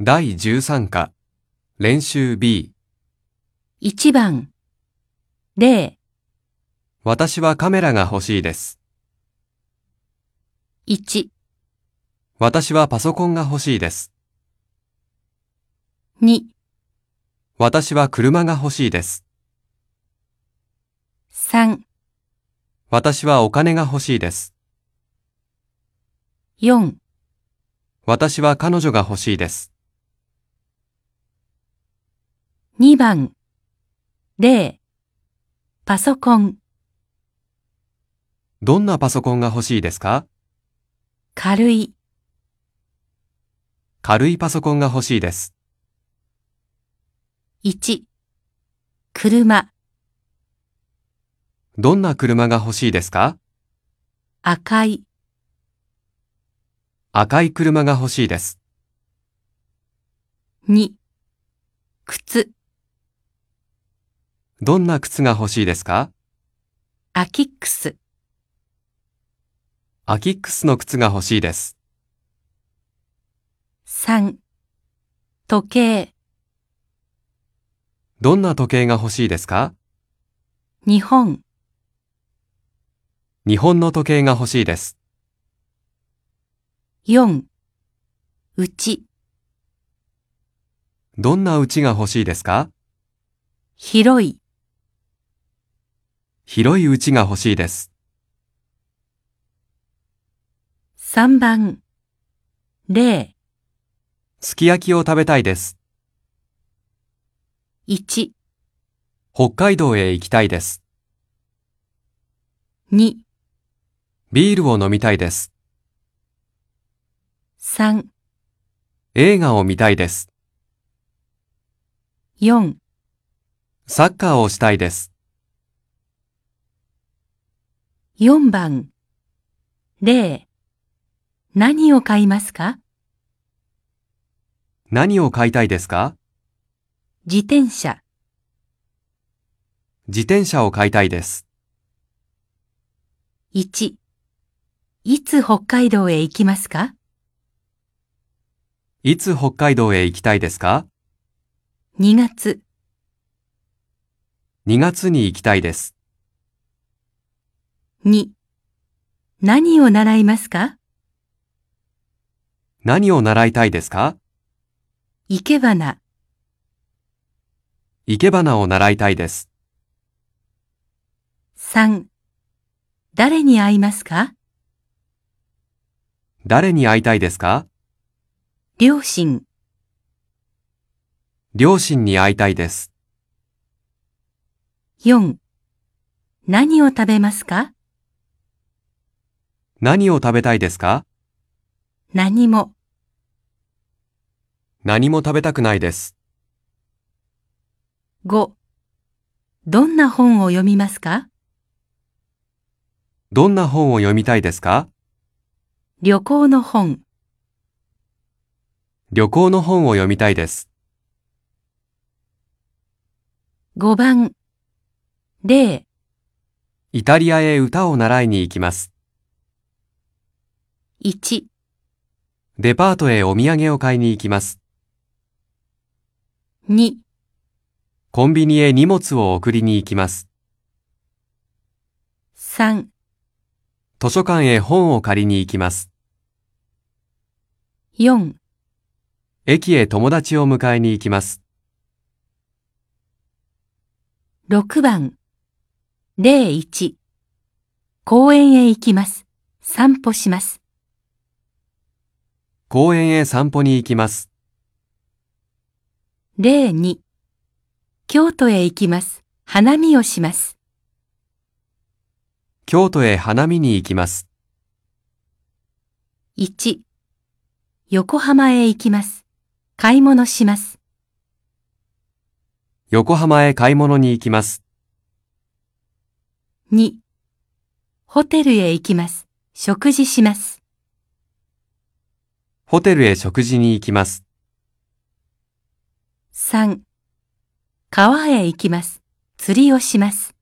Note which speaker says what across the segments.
Speaker 1: 第13課、練習 B。
Speaker 2: 1番、0、
Speaker 1: 私はカメラが欲しいです。
Speaker 2: 1、
Speaker 1: 私はパソコンが欲しいです。
Speaker 2: 2、
Speaker 1: 私は車が欲しいです。
Speaker 2: 3、
Speaker 1: 私はお金が欲しいです。
Speaker 2: 4、
Speaker 1: 私は彼女が欲しいです。
Speaker 2: 2番、0、パソコン、
Speaker 1: どんなパソコンが欲しいですか
Speaker 2: 軽い、
Speaker 1: 軽いパソコンが欲しいです。
Speaker 2: 1、車、
Speaker 1: どんな車が欲しいですか
Speaker 2: 赤い、
Speaker 1: 赤い車が欲しいです。
Speaker 2: 2、靴、
Speaker 1: どんな靴が欲しいですか
Speaker 2: アキックス、
Speaker 1: アキックスの靴が欲しいです。
Speaker 2: 3、時計、
Speaker 1: どんな時計が欲しいですか
Speaker 2: 2本、
Speaker 1: 日本の時計が欲しいです。
Speaker 2: 4、うち、
Speaker 1: どんな家が欲しいですか
Speaker 2: 広い、
Speaker 1: 広い家が欲しいです。
Speaker 2: 3番、0、
Speaker 1: すき焼きを食べたいです。
Speaker 2: 1、
Speaker 1: 北海道へ行きたいです。
Speaker 2: 2、
Speaker 1: ビールを飲みたいです。
Speaker 2: 3、
Speaker 1: 映画を見たいです。
Speaker 2: 4、
Speaker 1: サッカーをしたいです。
Speaker 2: 4番。0何を買いますか
Speaker 1: 何を買いたいですか
Speaker 2: 自転車。
Speaker 1: 自転車を買いたいです。
Speaker 2: 1。いつ北海道へ行きますか
Speaker 1: いつ北海道へ行きたいですか
Speaker 2: ?2 月。
Speaker 1: ?2 月に行きたいです。
Speaker 2: 2。何を習いますか
Speaker 1: 何を習いたいですか
Speaker 2: 生け花。
Speaker 1: 生け花を習いたいです。
Speaker 2: 3。誰に会いますか
Speaker 1: 誰に会いたいですか
Speaker 2: 両親。
Speaker 1: 両親に会いたいです。
Speaker 2: 4。何を食べますか
Speaker 1: 何を食べたいですか
Speaker 2: 何も。
Speaker 1: 何も食べたくないです。
Speaker 2: 5。どんな本を読みますか
Speaker 1: どんな本を読みたいですか
Speaker 2: 旅行の本。
Speaker 1: 旅行の本を読みたいです。
Speaker 2: 5番。0
Speaker 1: イタリアへ歌を習いに行きます。
Speaker 2: 1。
Speaker 1: デパートへお土産を買いに行きます。
Speaker 2: 2。
Speaker 1: コンビニへ荷物を送りに行きます。
Speaker 2: 3。
Speaker 1: 図書館へ本を借りに行きます。
Speaker 2: 4、
Speaker 1: 駅へ友達を迎えに行きます。
Speaker 2: 6番。01、公園へ行きます。散歩します。
Speaker 1: 公園へ散歩に行きます。
Speaker 2: 02、京都へ行きます。花見をします。
Speaker 1: 京都へ花見に行きます。
Speaker 2: 1、横浜へ行きます。買い物します。
Speaker 1: 横浜へ買い物に行きます。
Speaker 2: 2、ホテルへ行きます。食事します。
Speaker 1: ホテルへ食事に行きます。
Speaker 2: 3、川へ行きます。釣りをします。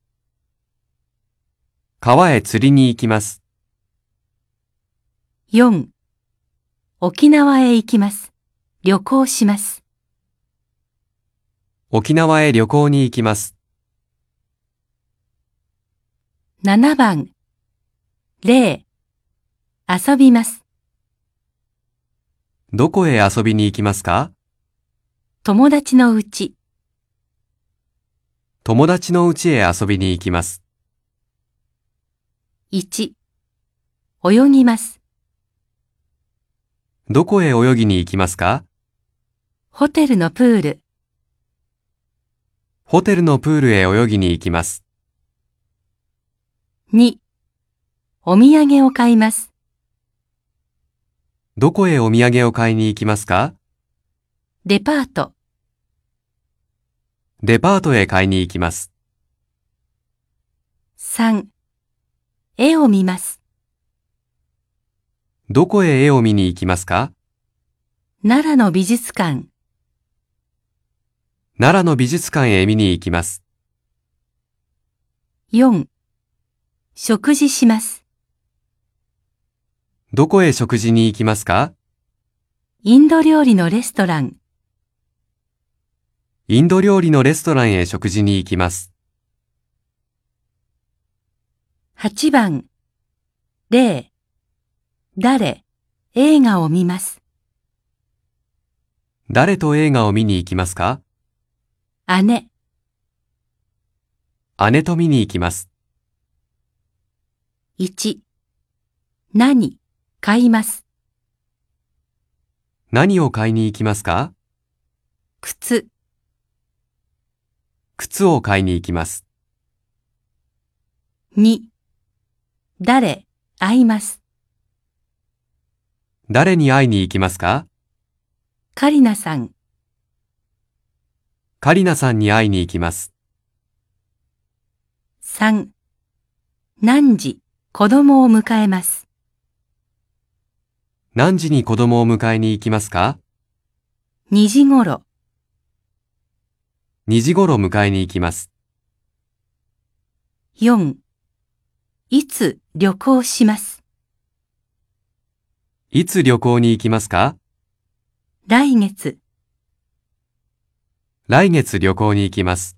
Speaker 1: 川へ釣りに行きます。
Speaker 2: 4、沖縄へ行きます。旅行します。
Speaker 1: 沖縄へ旅行に行きます。
Speaker 2: 7番。0。遊びます。
Speaker 1: どこへ遊びに行きますか
Speaker 2: 友達のうち。
Speaker 1: 友達の家へ遊びに行きます。
Speaker 2: 1。泳ぎます。
Speaker 1: どこへ泳ぎに行きますか
Speaker 2: ホテルのプール。
Speaker 1: ホテルのプールへ泳ぎに行きます。
Speaker 2: 2。お土産を買います。
Speaker 1: どこへお土産を買いに行きますか
Speaker 2: デパート。
Speaker 1: デパートへ買いに行きます。
Speaker 2: 3。絵を見ます。
Speaker 1: どこへ絵を見に行きますか
Speaker 2: 奈良の美術館。
Speaker 1: 奈良の美術館へ見に行きます。
Speaker 2: 4。食事します。
Speaker 1: どこへ食事に行きますか
Speaker 2: インド料理のレストラン。
Speaker 1: インド料理のレストランへ食事に行きます。
Speaker 2: 8番。0。誰、映画を見ます。
Speaker 1: 誰と映画を見に行きますか
Speaker 2: 姉、
Speaker 1: 姉と見に行きます。
Speaker 2: 1。何、買います。
Speaker 1: 何を買いに行きますか
Speaker 2: 靴、
Speaker 1: 靴を買いに行きます。
Speaker 2: 2。誰、会います。
Speaker 1: 誰に会いに行きますか
Speaker 2: カリナさん、
Speaker 1: カリナさんに会いに行きます。
Speaker 2: 3。何時、子供を迎えます。
Speaker 1: 何時に子供を迎えに行きますか
Speaker 2: 2時頃、
Speaker 1: ?2 時頃迎えに行きます。
Speaker 2: 4。いつ旅行します。
Speaker 1: いつ旅行に行きますか
Speaker 2: 来月。
Speaker 1: 来月旅行に行きます。